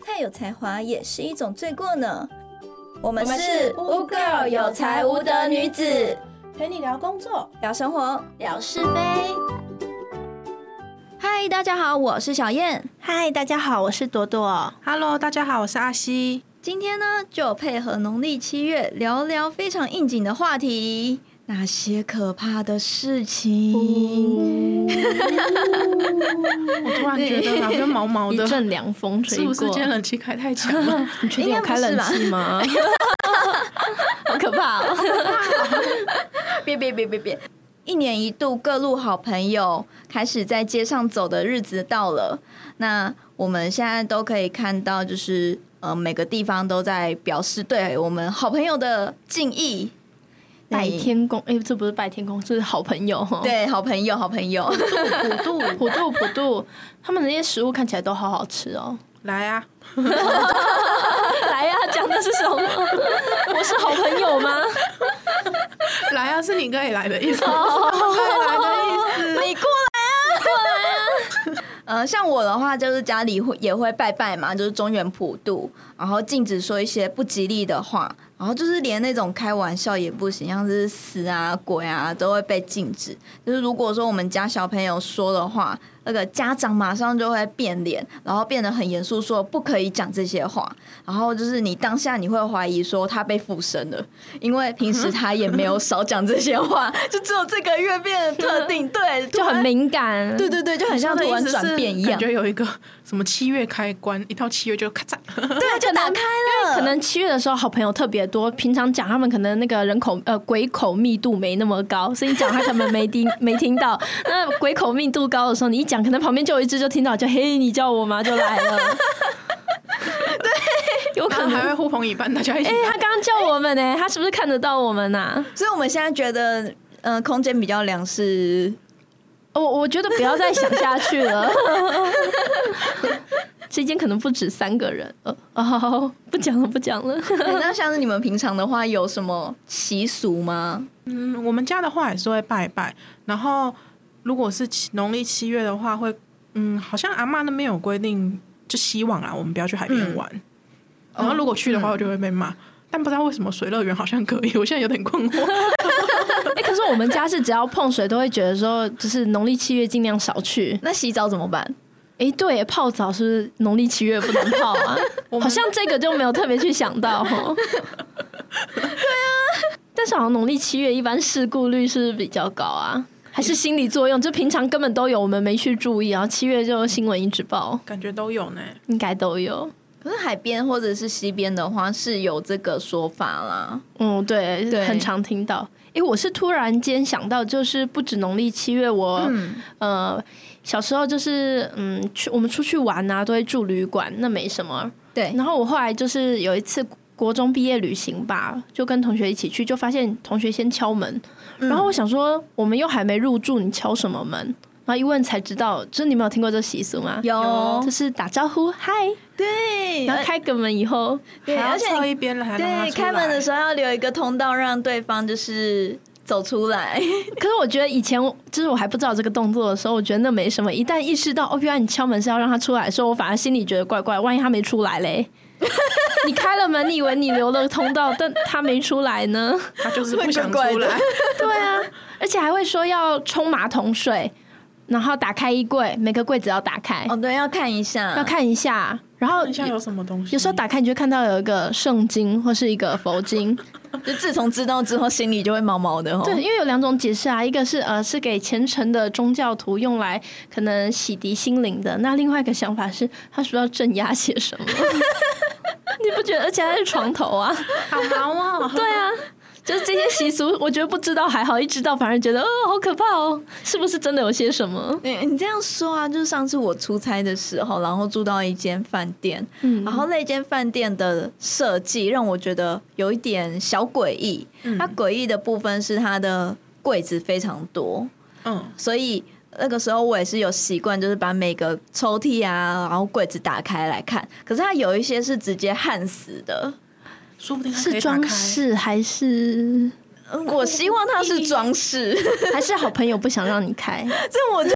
再哎有才华也是一种罪过呢。我我们们是是乌 Wu Girl 有才无德女子，陪你聊工作，聊生活。聊是非。嗨，大家好，我是小燕。嗨，大家好，我是朵朵。 Hello，大家好，我是阿西。今天呢，就配合农历七月，聊聊非常应景的话题，那些可怕的事嗯情。哎我突然觉得哪 边毛毛一的，阵凉风吹是过，哎不是今天冷气开太强 了？你确定有开冷气吗？ 好可怕哦！别别别别别！一年一度各路好朋友开始在街上走的日子到了，那我们现在都可以看到，就是呃每个地方都在表示对我们好朋友的敬意。拜天公，哎、这不是拜天公，这是好朋友哈。，对好朋友，好朋友， 普渡， 普渡，普渡，他们那些食物看起来都好好吃哦。来啊，来呀、讲的是什么？ 我是好朋友吗？来啊，是你可以来的意思，来 的意思。你过来啊，过来啊！呃，像我的话，就是家里会也会拜拜嘛，就是中原普渡，然后禁止说一些不吉利的话，然后就是连那种开玩笑也不行，像是死啊、鬼啊，都会被禁止。就是如果说我们家小朋友说的话，那个家长马上就会变脸，然后变得很严肃，说不可以讲这些话。然后就是你当下你会怀疑说他被附身了，因为平时他也没有少讲这些话， 就只有这个月变得特定，对，就很突然敏感。对对对，就很像突然转变一样感，觉有一个什么七月开关，一到七月就咔嚓。对，就 打开了，可能七月的时候好朋友特别多，平常讲他们可能那个人口呃鬼口密度没那么高，所以你讲他可能没听没听到。那鬼口密度高的时候，你一讲，可能旁边就有一只就听到，就嘿，你叫我吗？就来了。 对，有可然后能。还会呼朋引伴，大家一起哎、。他刚刚叫我们呢、他是不是看得到我们呐、啊？所以我们现在觉得，呃，空间比较凉 是我我觉得不要再想下去了。 这间可能不止三个人，呃哦，不讲了，不讲了。对那像是你们平常的话，有什么习俗吗？嗯，我们家的话也是会拜拜，然后如果是七农历七月的话，会嗯，好像阿妈那边有规定，就希望啊，我们不要去海嗯边玩。然后如果去哦的话，我就会被骂。但不知道为什么水乐园好像可以，我 现在有点 困惑。 哎、可是我们家是只要碰水都会觉得说，就是农历七月尽量少去。那洗澡怎么办？哎、对，泡澡是不是农历七月不能泡 啊？好像这个就没有特别去想到 哈。对啊，啊但是好像农历七月一般事故率是不是比较高啊？还是心理作用？就平常根本都有，我们没去注意，然后七月就新闻一直报，感觉都有呢。应该都有。可是海边或者是西边的话，是有这个说法啦。嗯，对，对很常听到。诶，我是突然间想到，就是不止农历七月，我、嗯呃小时候就是嗯去我们出去玩啊，都会住旅馆，那没什么。对，然后我后来就是有一次国中毕业旅行吧，就跟同学一起去，就发现同学先敲门，嗯然后我想说我们又还没入住，你敲什么门？然后一问才知道，就是你们有听过这习俗吗？有就是打招呼嗨，对，然后开个门以后，对，还而要且凑你一边了，还让他对出来开门的时候要留一个通道，让对方就是走出来。可是我觉得以前就是我还不知道这个动作的时候，我觉得那没什么。一旦意识到哦，原来你敲门是要让他出来的时候，我反而心里觉得怪怪，万一他没出来 嘞？你开了门，你以为你留了通道，但他没出来呢？他就是不想出会怪怪 来。对啊，而且还会说要冲马桶水，然后打开衣柜，每个柜子要打开，哦，对，要看一下，要啊看一下。然后等一下有什么东西？有时候打开，你就会看到有一个圣经或是一个佛经， 就自从知道之后，心里就会毛毛的哦。对，因为有两种解释啊，一个是呃是给虔诚的宗教徒用来可能洗涤心灵的，那另外一个想法是他是不是要镇压些 什么？你不觉得？而且他在床头啊， 好毛哦。对啊，就是这些习俗，我觉得不知道还好，一知道反而觉得哦好可怕哦，是不是真的有些什么？你你这样说啊，就是上次我出差的时候，然后住到一间饭店，嗯然后那间饭店的设计让我觉得有一点小诡异。它诡异的部分是它的柜子非常多，嗯，所以那个时候我也是有习惯，就是把每个抽屉啊，然后柜子打开来看。可是它有一些是直接焊死的，说不定他可以是打装开。饰还是嗯我希望它是装饰， 还是好朋友不想让你开，这我就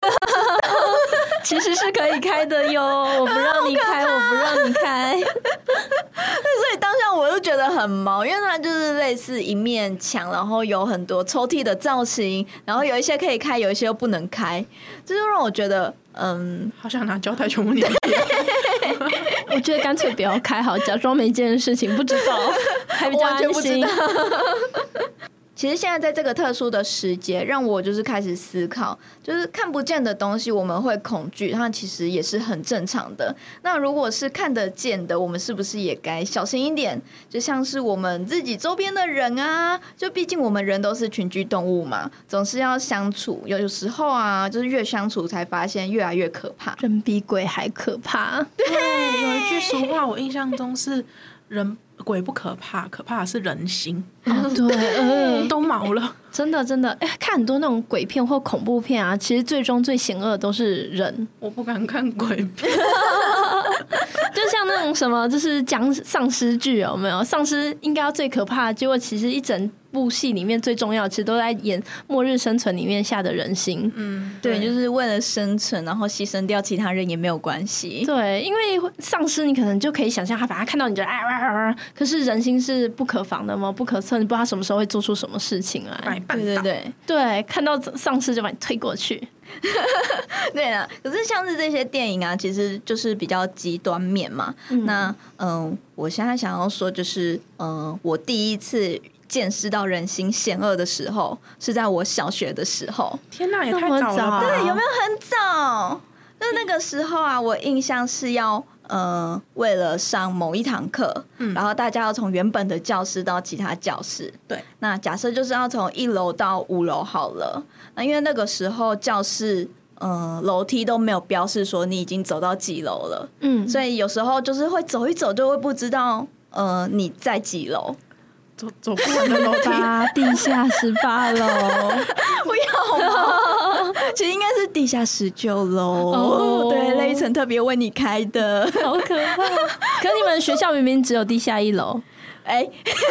其实是可以开的哟。我不让你开，我不让你开。所以当下我就觉得很毛，因为它就是类似一面墙，然后有很多抽屉的造型，然后有一些可以开，有一些又不能开，这就让我觉得，嗯，好想拿胶带全部粘。我觉得干脆不要开好，假装没这件事情，不知道，还比较完全安不知心道。 其实现在在这个特殊的时节，让我就是开始思考，就是看不见的东西我们会恐惧，它其实也是很正常的。那如果是看得见的，我们是不是也该小心一点？就像是我们自己周边的人啊，就毕竟我们人都是群居动物嘛，总是要相处。有时候啊，就是越相处才发现越来越可怕。人比鬼还可怕。对，有一句俗话，我印象中是人鬼不可怕，可怕的是人心。哦、对，嗯、都毛了， 真的真的，哎，看很多那种鬼片或恐怖片啊，其实最终最险恶的都是人，我不敢看鬼片。就像那种什么，就是讲丧尸剧啊有没有？丧尸应该要最可怕，结果其实一整部戏里面最重要，其实都在演《末日生存》里面下的人心。嗯，对，就是为了生存，然后牺牲掉其他人也没有关系。对，因为丧尸你可能就可以想象，他反正看到你就啊啊啊啊，可是人心是不可防的嘛，不可测，你不知道他什么时候会做出什么事情百来。半对对岛对。对，看到丧尸就把你推过去。 对啊，可是像是这些电影啊，其实就是比较极端面嘛。那嗯、呃我现在想要说就是，嗯、我第一次见识到人心险恶的时候，是在我小学的时候。天哪，也太那么早了吧？早对有没没有很早，就那个时候啊，我印象是要呃，为了上某一堂课，嗯然后大家要从原本的教室到其他教室。对，那假设就是要从一楼到五楼好了，那因为那个时候教室。嗯，楼梯都没有标示说你已经走到几楼了，嗯，所以有时候就是会走一走就会不知道，呃，你在几 楼。走走不完的楼梯，八地下十八楼。不要嘛，其实应该是地下十九楼，哦对，那一层特别为你开的。 好可怕！可你们学校明明只有地下一楼，哎，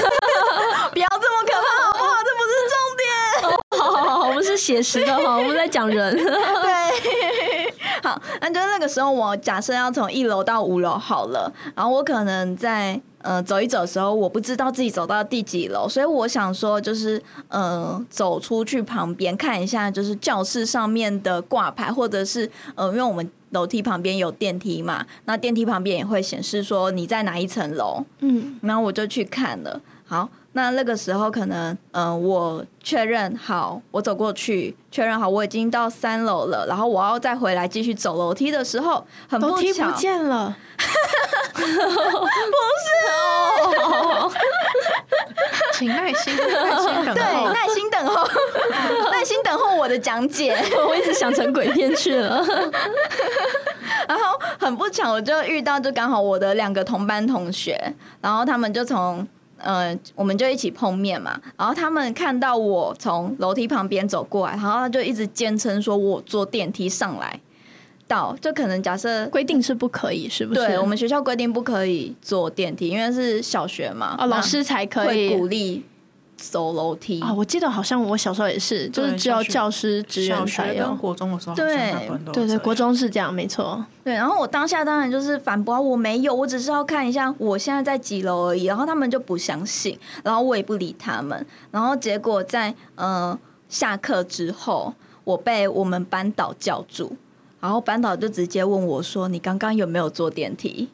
不要这么可怕好不好？这不是重点。好好哦好，我们是写实的哈，我们在讲人。 对， 好，那就是那个时候，我假设要从一楼到五楼好了，然后我可能在。呃，走一走的时候，我不知道自己走到第几楼，所以我想说，就是呃，走出去旁边看一下，就是教室上面的挂牌，或者是呃，因为我们楼梯旁边有电梯嘛，那电梯旁边也会显示说你在哪一层楼，嗯，然后我就去看了。好，那那个时候可能，呃，我确认好，我走过去，确认好我已经到三楼了，然后我要再回来继续走楼梯的时候，很不巧，见了，请耐心，耐心等对，候。耐心等候， 耐心等候我的讲解。我一直想成鬼片去了。然后 很不巧，我就遇到，就刚好我的两个同班同学，然后他们就从。呃，我们就一起碰面嘛，然后他们看到我从楼梯旁边走过来，然后他就一直坚称说我坐电梯上来到，就可能假设规定是不可以，是不是？对我们学校规定不可以坐电梯，因为是小学嘛，哦，那老师才可会以鼓励走楼梯。啊。我记得好像我小时候也是，就是只有小学教师职员小才学跟有。国中的时候，对好像大部分都有对这对，样国中是这样，没错。对，然后我当下当然就是反驳，啊我没有，我只是要看一下我现在在几楼而已。然后他们就不相信，然后我也不理他们。然后结果在呃下课之后，我被我们班导叫住，然后班导就直接问我说：“你刚刚有没有坐电梯？”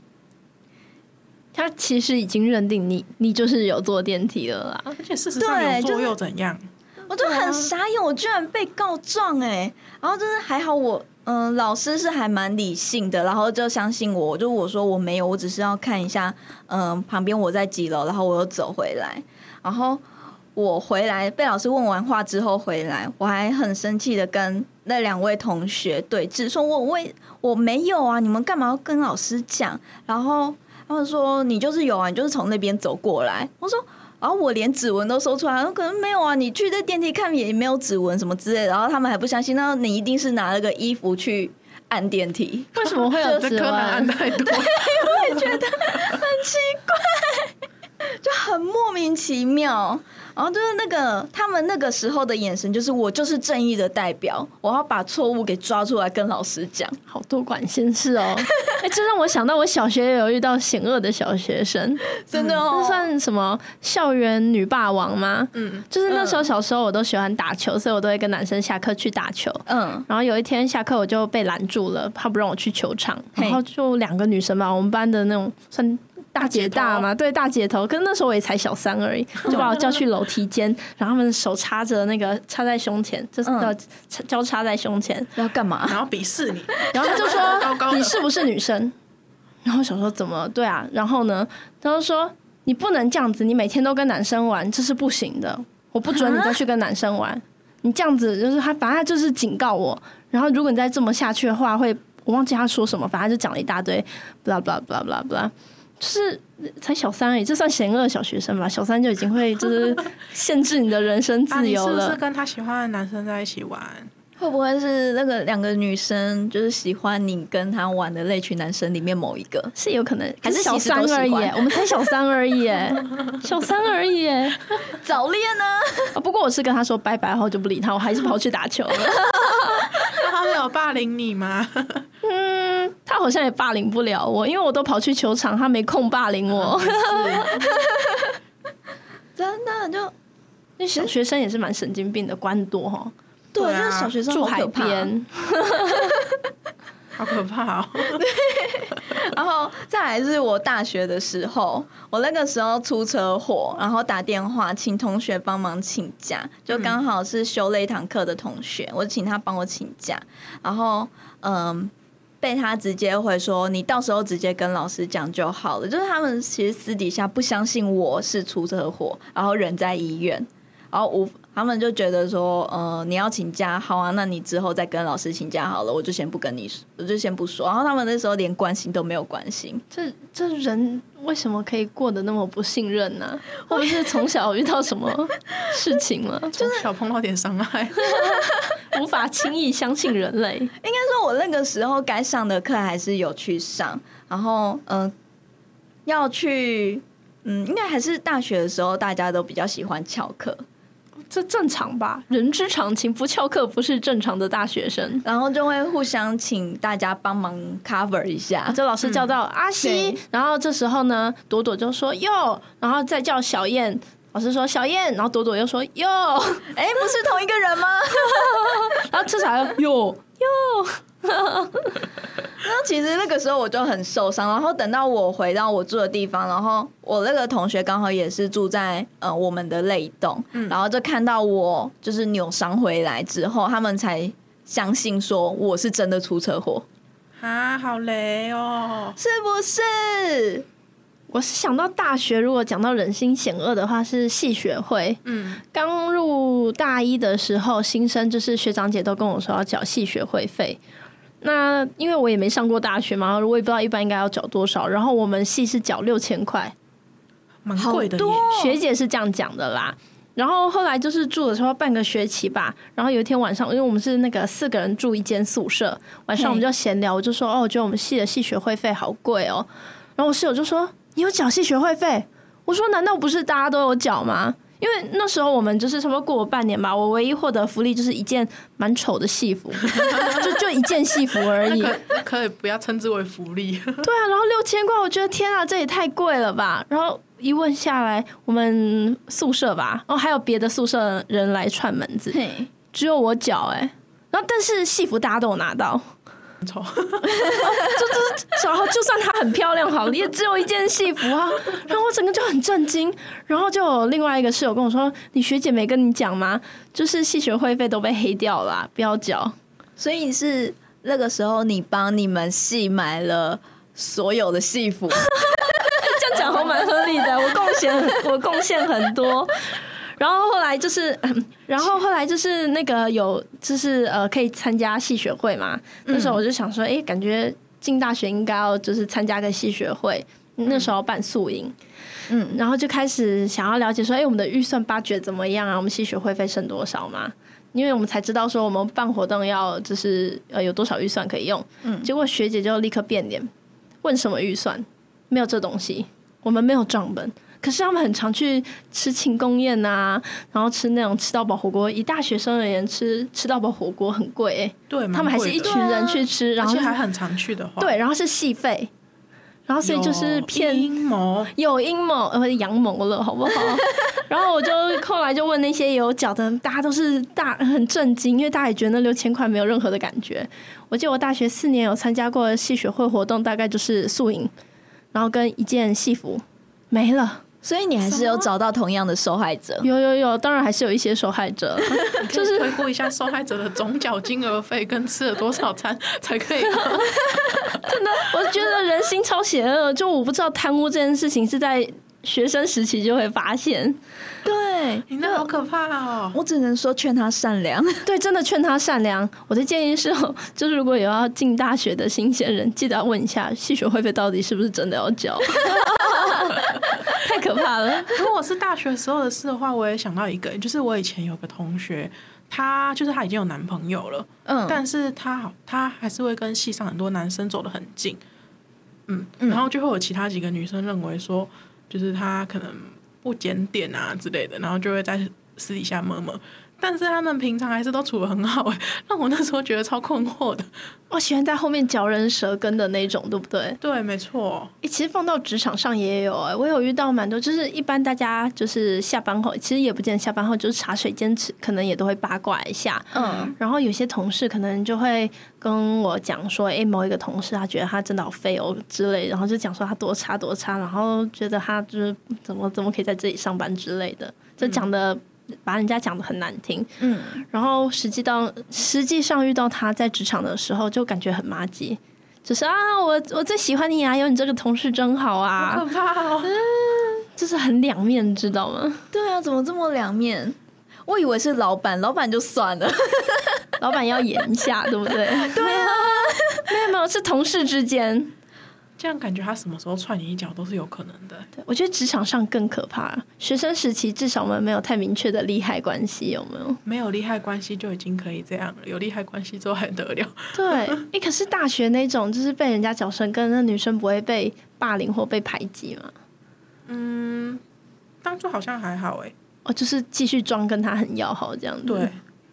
他其实已经认定你，你就是有坐电梯了啦。而且事实上对有就是作又怎样？我就很傻眼，我居然被告状哎、然后就是还好我，嗯、老师是还蛮理性的，然后就相信我，就我说我没有，我只是要看一下，嗯、旁边我在几楼，然后我又走回来，然后我回来被老师问完话之后回来，我还很生气的跟那两位同学对峙，说我为我没有啊，你们干嘛要跟老师讲？然后他们说你就是有啊，你就是从那边走过来。我说。然后我连指纹都搜出来，可能没有啊，你去这电梯看也没有指纹什么之类的，然后他们还不相信，那你一定是拿了个衣服去按电梯。为什么会有这指柯南案纹？太多，觉得很奇怪，就很莫名其妙。然后就是那个他们那个时候的眼神，就是我就是正义的代表，我要把错误给抓出来跟老师讲。好多管闲事哦。哎、这让我想到我小学也有遇到险恶的小学生，真的这哦，算什么校园女霸王吗？嗯，就是那时候小时候我都喜欢打球，所以我都会跟男生下课去打球。嗯，然后有一天下课我就被拦住了，他不让我去球场，嘿然后就两个女生吧，我们班的那种算大姐大嘛，对大姐头，可是那时候我也才小三而 已，就把我叫去楼梯间，然后他们手插着那个插在胸前，就是嗯叫插交叉在胸前，要干嘛？然后鄙视你，然后他就高高说 的你是不是女生？ 然后我想说怎么对啊？然后呢，他就说你不能这样子，你每天都跟男生玩，这是不行的，我不准你啊再去跟男生玩。你这样子就是他，反正他就是警告我。然后如果你再这么下去的话，会我忘记他说什么，反正他就讲了一大堆，blah blah blah blah blah，就是才小三而已，这算险恶的小学生吧？小三就已经会就是 限制你的人生啊，自你由是不了。是跟他喜欢的男生在一起玩？会不会是那个两个女生就是喜欢你跟她玩的那群男生里面某一个？是有可能，还是小其实都三而已喜欢，我们才小三而已，小三而已。啊早恋呢？ 不过我是跟他说拜拜然后就不理他，我还是跑去打球 了。那他没有霸凌你吗？嗯，他好像也霸凌不了我，因为我都跑去球场，他没空霸凌 我。真的就那小学生也是蛮神经病的，管很多哈，对，对啊就是小学生住好海可怕边， 好可怕哦！ 然后再来是我大学的时候，我那个时候出车祸，然后打电话请同学帮忙请假，就刚好是修了一堂课的同学，我请他帮我请假，然后嗯。被他直接回说，你到时候直接跟老师讲就好了。就是他们其实私底下不相信我是出车祸，然后人在医院，然后我他们就觉得说，呃，你要请假，好啊，那你之后再跟老师请假好了，我就先不跟你，我就先不说。然后啊他们那时候连关心都没有关心，这这人为什么可以过得那么不信任啊呢、 或者是从小遇到 什么事情了，从小碰到点伤害， 无法轻易相信人类？应该说，我那个时候该上的课还是有去上，然后嗯、呃要去嗯，应该还是大学的时候，大家都比较喜欢翘课，这正常吧？人之常情，不翘课不是正常的大学生。然后就会互相请大家帮忙 cover 一下。 就老师叫到阿西对，然后这时候呢，朵朵就说哟，然后再叫小燕，老师说小燕，然后朵朵又说哟， 哎、不是同一个人吗？ 然后至少要哟，那其实那个时候我就很受伤，然后等到我回到我住的地方，然后我那个同学刚好也是住在呃我们的那一栋，嗯然后就看到我就是扭伤回来之后，他们才相信说我是真的出车祸，啊，好雷哦！是不是？我是想到大学，如果讲到人心险恶的话，是系学会。嗯，刚入大一的时候，新生就是学长姐都跟我说要缴系学会费。那因为我也没上过大学嘛，我也不知道一般应该要缴多少。然后我们系是缴六千块，蛮贵的耶，学姐是这样讲的啦。然后后来就是住的时候半个学期吧，然后有一天晚上，因为我们是那个四个人住一间宿舍，晚上我们就闲聊，我就说哦，我觉得我们系的系学会费好贵哦。然后我室友就说你有缴系学会费？我说难道不是大家都有缴吗？因为那时候我们就是差不多过了半年吧，我唯一获得福利就是一件蛮丑的戏服， 就就一件戏服而已。可那可以不要称之为福利。 对啊，然后六千块，我觉得天啊，这也太贵了吧！然后一问下来，我们宿舍吧，然后还有别的宿舍人来串门子，嘿，只有我缴哎、然后但是戏服大家都有拿到， 丑，然后就算她很漂亮好了，也只有一件戏服啊。然后我整个就很震惊，然后就有另外一个室友跟我说：“你学姐没跟你讲吗？就是系学会费都被黑掉了啊、不要缴。”所以是那个时候你帮你们系买了所有的戏服， 这样讲还蛮合理的，我贡献我贡献很多。然后后来就是， 嗯然后后来就是那个有就是呃，可以参加戏学会嘛。那时候我就想说，哎、感觉进大学应该要就是参加个戏学会。那时候办宿营，嗯，然后就开始想要了解说，哎、我们的预算八觉怎么样啊？我们戏学会费剩多少嘛？因为我们才知道说我们办活动要就是呃有多少预算可以用。嗯，结果学姐就立刻变脸，问什么预算？没有这东西，我们没有账本。可是他们很常去吃庆功宴啊，然后吃那种吃到饱火锅。以大学生而言，吃吃到饱火锅很贵、欸，对，他们还是一蛮贵的群人去吃，然而后且还很常去的话，对，然后是戏费，然后所以就是有骗阴 谋，有阴谋，呃，阳谋了，好不好？然后我就后来就问那些有缴的，大家都是大很震惊，因为大家也觉得那六千块没有任何的感觉。我记得我大学四年有参加过的戏学会活动，大概就是宿营，然后跟一件戏服没了。所以你还是有找到同样的受害者。有有有，当然还是有一些受害 者，就是回顾一下受害者的总缴金额费跟吃了多少餐 才 可以。我觉得人心超邪恶，就我不知道贪污这件事情是在学生时期就会发现。对，你那好可怕哦！我只能说劝他善良。对，真的劝他善良。我的建议是哦，就是如果有要进大学的新鲜人，记得要问一下系学会费到底是不是真的要 交，太可怕了。如果是大学时候的事的话，我也想到一个，就是我以前有个同学，她就是她已经有男朋友了， 嗯，但是她好，她还是会跟系上很多男生走得很近，嗯，然后就会有其他几个女生认为说，就是她可能不检点啊之类的，然后就会在私底下摸摸。但是他们平常还是都处得很好、 欸，让我那时候觉得超困惑的。我哦喜欢在后面嚼人舌根的那种，对不对？对，没错，欸、其实放到职场上也有、欸，我有遇到蛮多，就是一般大家就是下班后，其实也不见得下班后，就是茶水间吃，可能也都会八卦一下。嗯，然后有些同事可能就会跟我讲说，哎、某一个同事他觉得他真的好废哦之类，然后就讲说他多差多差，然后觉得他就是怎么怎么可以在这里上班之类的，就讲的、把人家讲的很难听。嗯，然后实际到实际上遇到他在职场的时候，就感觉很麻吉。就是啊，我我最喜欢你啊，有你这个同事真好 啊，可怕哦！就是很两面，知道吗？对啊，怎么这么两面？我以为是老板，老板就算了。 老板要演一下，对不对？对啊， 没有没有，是同事之间。这样感觉他什么时候踹你一脚都是有可能的、对我觉得职场上更可怕。学生时期至少我们没有太明确的利害关系，有没有？没有利害关系就已经可以这样了，有利害关系之后还得了？ 对， 哎、可是大学那种就是被人家脚生跟那女生不会被霸凌或被排挤嘛？嗯，当初好像还好哎、哦，就是继续装跟他很要好这样子。对，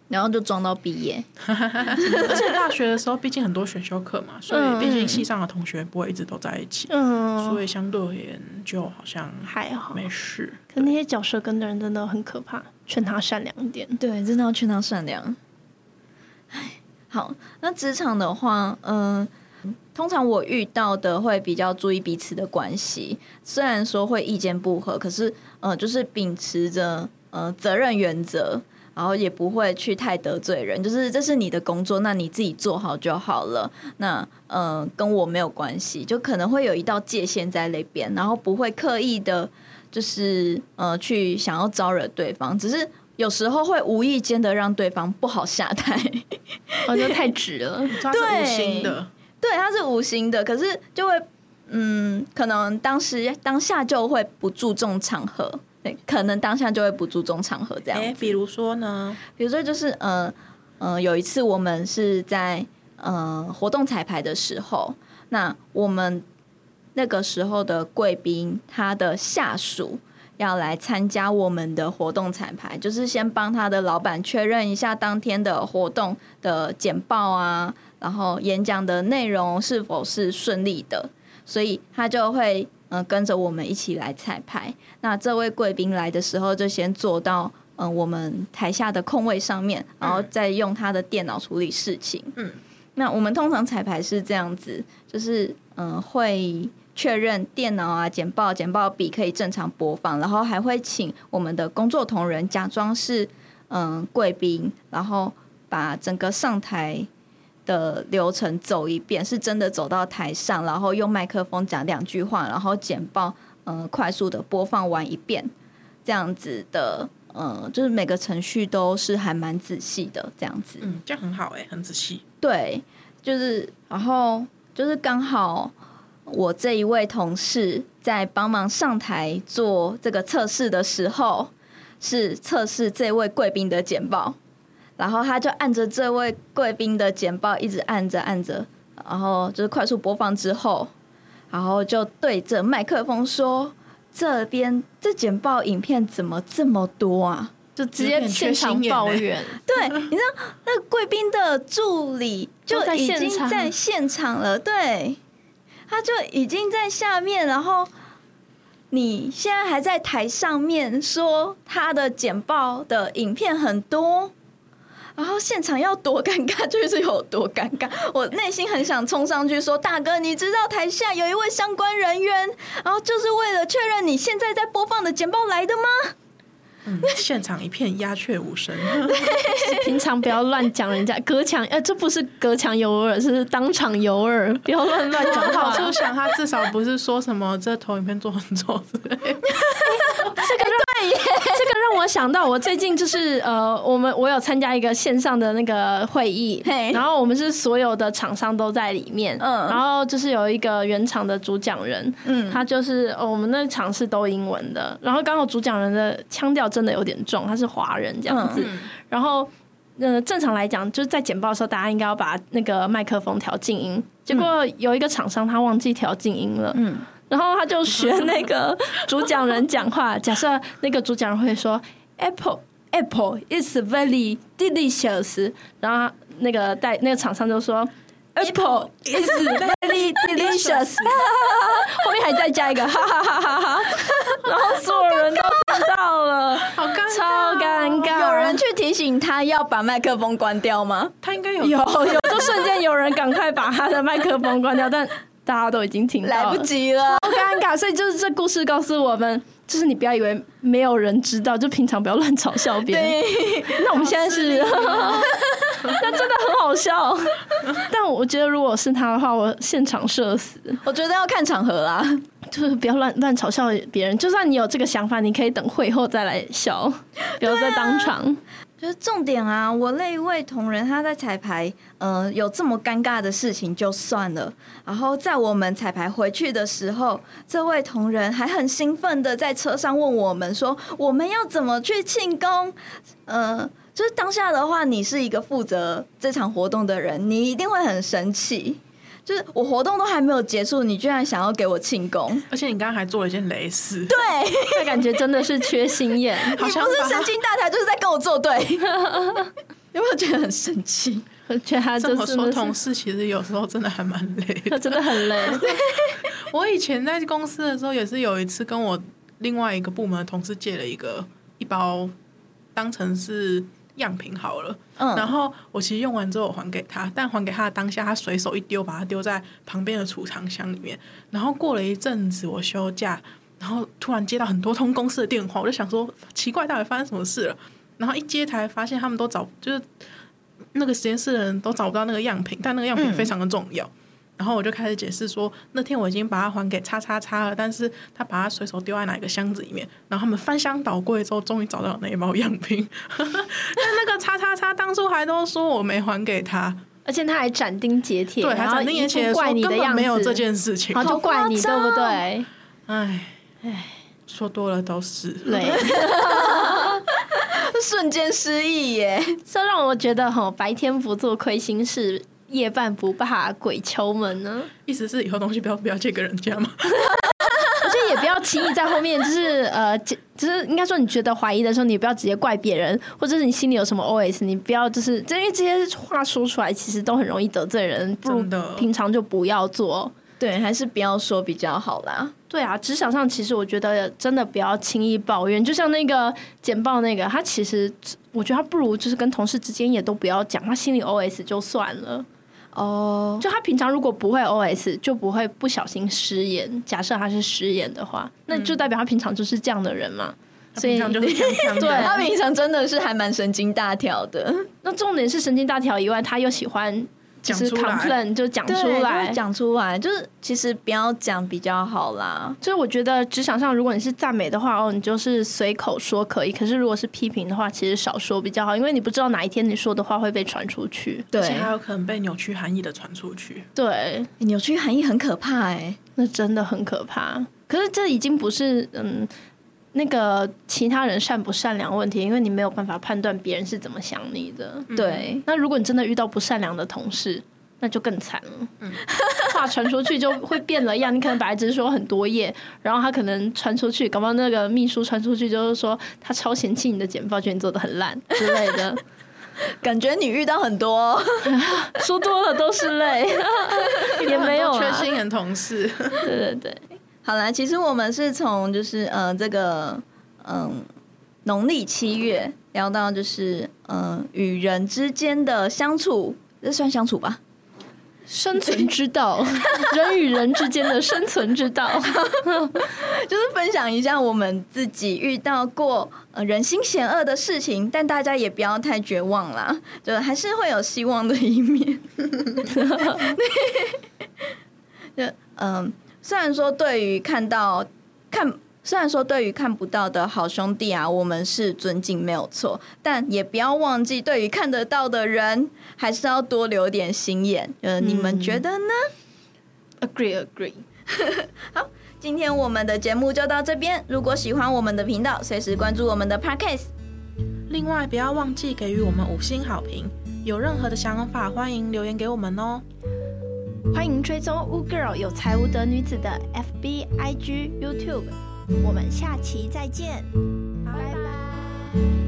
然后就装到毕业，而且大学的时候毕竟很多选修课嘛，所嗯以毕竟系上的同学不会一直都在一起，嗯，所以相对而言就好像还好。没事。可那些脚舌根的人真的很可怕，劝他善良一点。对，真的要劝他善良。唉，好，那职场的话，嗯、通常我遇到的会比较注意彼此的关系，虽然说会意见不合，可是呃，就是秉持着呃责任原则。然后也不会去太得罪人，就是这是你的工作，那你自己做好就好了。那呃，跟我没有关系，就可能会有一道界限在那边，然后不会刻意的，就是呃去想要招惹对方，只是有时候会无意间的让对方不好下 台。我哦就太直了。他是无心的， 嗯对，它是无形的，可是就会嗯，可能当时当下就会不注重场合，对，可能当下就会不注重场合这样哎、比如说呢，比如说就是呃呃，有一次我们是在呃活动彩排的时候，那我们那个时候的贵宾他的下属。要来参加我们的活动彩排，就是先帮他的老板确认一下当天的活动的简报啊，然后演讲的内容是否是顺利的，所以他就会嗯、呃跟着我们一起来彩排。那这位贵宾来的时候，就先坐到嗯、呃我们台下的空位上面，然后再用他的电脑处理事情。嗯，那我们通常彩排是这样子，就是嗯、呃会。确认电脑啊、简报、简报笔可以正常播放，然后还会请我们的工作同仁假装是嗯贵宾，然后把整个上台的流程走一遍，是真的走到台上，然后用麦克风讲两句话，然后简报呃快速的播放完一遍，这样子的呃，就是每个程序都是还蛮仔细的这样子。嗯，这样很好哎、很仔细。对，就是然后就是刚好我这一位同事在帮忙上台做这个测试的时候，是测试这位贵宾的简报，然后他就按着这位贵宾的简报一直按着按着，然后就是快速播放之后，然后就对着麦克风说。这边这简报影片怎么这么多啊？就直接现场抱有怨， 对，你知道那贵宾的助理就都在已现经场在现场了，对，他就已经在下面，然后你现在还在台上面说他的简报的影片很多。然后现场要多尴尬就是有多尴尬，我内心很想冲上去说：“大哥，你知道台下有一位相关人员，然后就是为了确认你现在在播放的简报来的吗？”嗯，现场一片鸦雀无声。平常不要乱讲人家隔墙，呃，这不是隔墙有耳，是当场有耳，不要乱乱讲往好 话。处想，他至少不是说什么这投影片做很丑之类的。 这个让我想到，我最近就是呃，我们我有参加一个线上的那个会议嘿，然后我们是所有的厂商都在里面，嗯然后就是有一个原厂的主讲人，嗯他就是、哦、我们那场是都英文的，然后刚好主讲人的腔调真的有点重，他是华人这样子，嗯然后。呃，正常来讲，就是在简报的时候，大家应该要把那个麦克风调静音。结果有一个厂商他忘记调静音了，嗯然后他就学那个主讲人讲话。假设那个主讲人会说 “Apple Apple is very delicious”，然后他那个代那个厂商就说 “Apple is very delicious”，后面还再加一个哈哈哈哈哈，然后所有人都听到了，好尴尬，啊超尴尬。哦有人去提醒他要把麦克风关掉吗？他应该有有有，就瞬间有人赶快把他的麦克风关掉，但大家都已经听到来了不及了。好尴尬。所以就是这故事告诉我们，就是你不要以为没有人知道，就平常不要乱嘲笑别人。对，那我们现在是， 那真的很好 笑。但我觉得如果是他的话，我现场社死，我觉得要看场合啦。就是不要乱乱嘲笑别人。就算你有这个想法，你可以等会后再来 笑，不要在当场。就是重点啊，我那一位同仁他在彩排，嗯、有这么尴尬的事情就算了。然后在我们彩排回去的时候，这位同仁还很兴奋的在车上问我们说，我们要怎么去庆功？呃，就是当下的话，你是一个负责这场活动的人，你一定会很生气。就是我活动都还没有结束，你居然想要给我庆功？而且你刚刚还做了一件雷 事，对，啊那感觉真的是缺心眼。好你像不把是它神经大条，就是在跟我作对。 有没有觉得很生气？我觉得他就啊这么真说，的同事是，其实有时候真的还蛮累的。他真的很累。 我以前在公司的时候，也是有一次跟我另外一个部门的同事借了一个一包，当成是样品好了。嗯然后我其实用完之后我还给他，但还给他的当下，他随手一丢，把它丢在旁边的储藏箱里面。然后过了一阵子，我休假，然后突然接到很多通公司的电话，我就想说奇怪，到底发生什么事了？然后一接台发现他们都找就是那个实验室的人都找不到那个样品，但那个样品非常的重要。然后我就开始解释说，那天我已经把它还给叉叉叉了，但是他把它随手丢在哪一个箱子里面。然后他们翻箱倒柜之后，终于找到那一包样品。 但那个叉叉叉当初还都说我没还给他，而且他还斩钉截铁，对，还然后斩钉截一铁副地说怪你的根本样子，没有这件事情。然后就怪你，好啊对夸张不对？唉唉，说多了都是。 对，瞬间失忆耶！这让我觉得吼，白天不做亏心事，夜半不怕鬼敲门呢。意思是以后东西不要不要借给人家吗？而且也不要轻易在后面，就是呃，就就是应该说，你觉得怀疑的时候，你不要直接怪别人，或者是你心里有什么 OS，你不要就是，就因为这些话说出来，其实都很容易得罪人，不如真的平常就不要做。对，还是不要说比较好啦。对啊，职场上其实我觉得真的不要轻易抱怨，就像那个简报那个，他其实我觉得他不如就是跟同事之间也都不要讲，他心里 OS 就算了。哦，就他平常如果不会 OS，就不会不小心失言。假设他是失言的话，那就代表他平常就是这样的人嘛。 所以平常就是这样这样的对啊他平常真的是还蛮神经大条的， 那重点是神经大条以外，他又喜欢就讲是出来。 complain 就讲对出就来是。讲出来，就是其实不要讲比较好啦。所以我觉得职场上，如果你是赞美的话，哦，你就是随口说可以；可是如果是批评的话，其实少说比较好，因为你不知道哪一天你说的话会被传出去。而对且还，有可能被扭曲含义的传出去，对，欸扭曲含义很可怕哎。那真的很可怕。可是这已经不是嗯那个其他人善不善良的问题，因为你没有办法判断别人是怎么想你的。嗯对，那如果你真的遇到不善良的同事，那就更惨了。嗯 话传出去就会变了样，你可能本来只是说很多页，然后他可能传出去，搞不好那个秘书传出去就是说他超嫌弃你的简报，觉得你做的很烂之类的。 感觉你遇到很多、 说多了都是泪， 也没有啊缺啦心眼同事，对对对，好啦，其实我们是从就是呃这个嗯、农历七月聊到就是嗯、呃与人之间的相处，这算相处吧？生存之道， 人与人之间的生存之道。就是分享一下我们自己遇到过呃人心险恶的事情，但大家也不要太绝望啦，就还是会有希望的一面。 就嗯、虽然说对于看到看，虽然说对于看不到的好兄弟啊，我们是尊敬没有错，但也不要忘记，对于看得到的人，还是要多留点心眼。呃，你们觉得呢？ Agree, agree。今天我们的节目就到这边。如果喜欢我们的频道，随时关注我们的 Podcast。另外，不要忘记给予我们五星好评。有任何的想法，欢迎留言给我们哦。欢迎追踪 Wu Girl 有才无德女子的 FB、IG、YouTube，我们下期再见，拜拜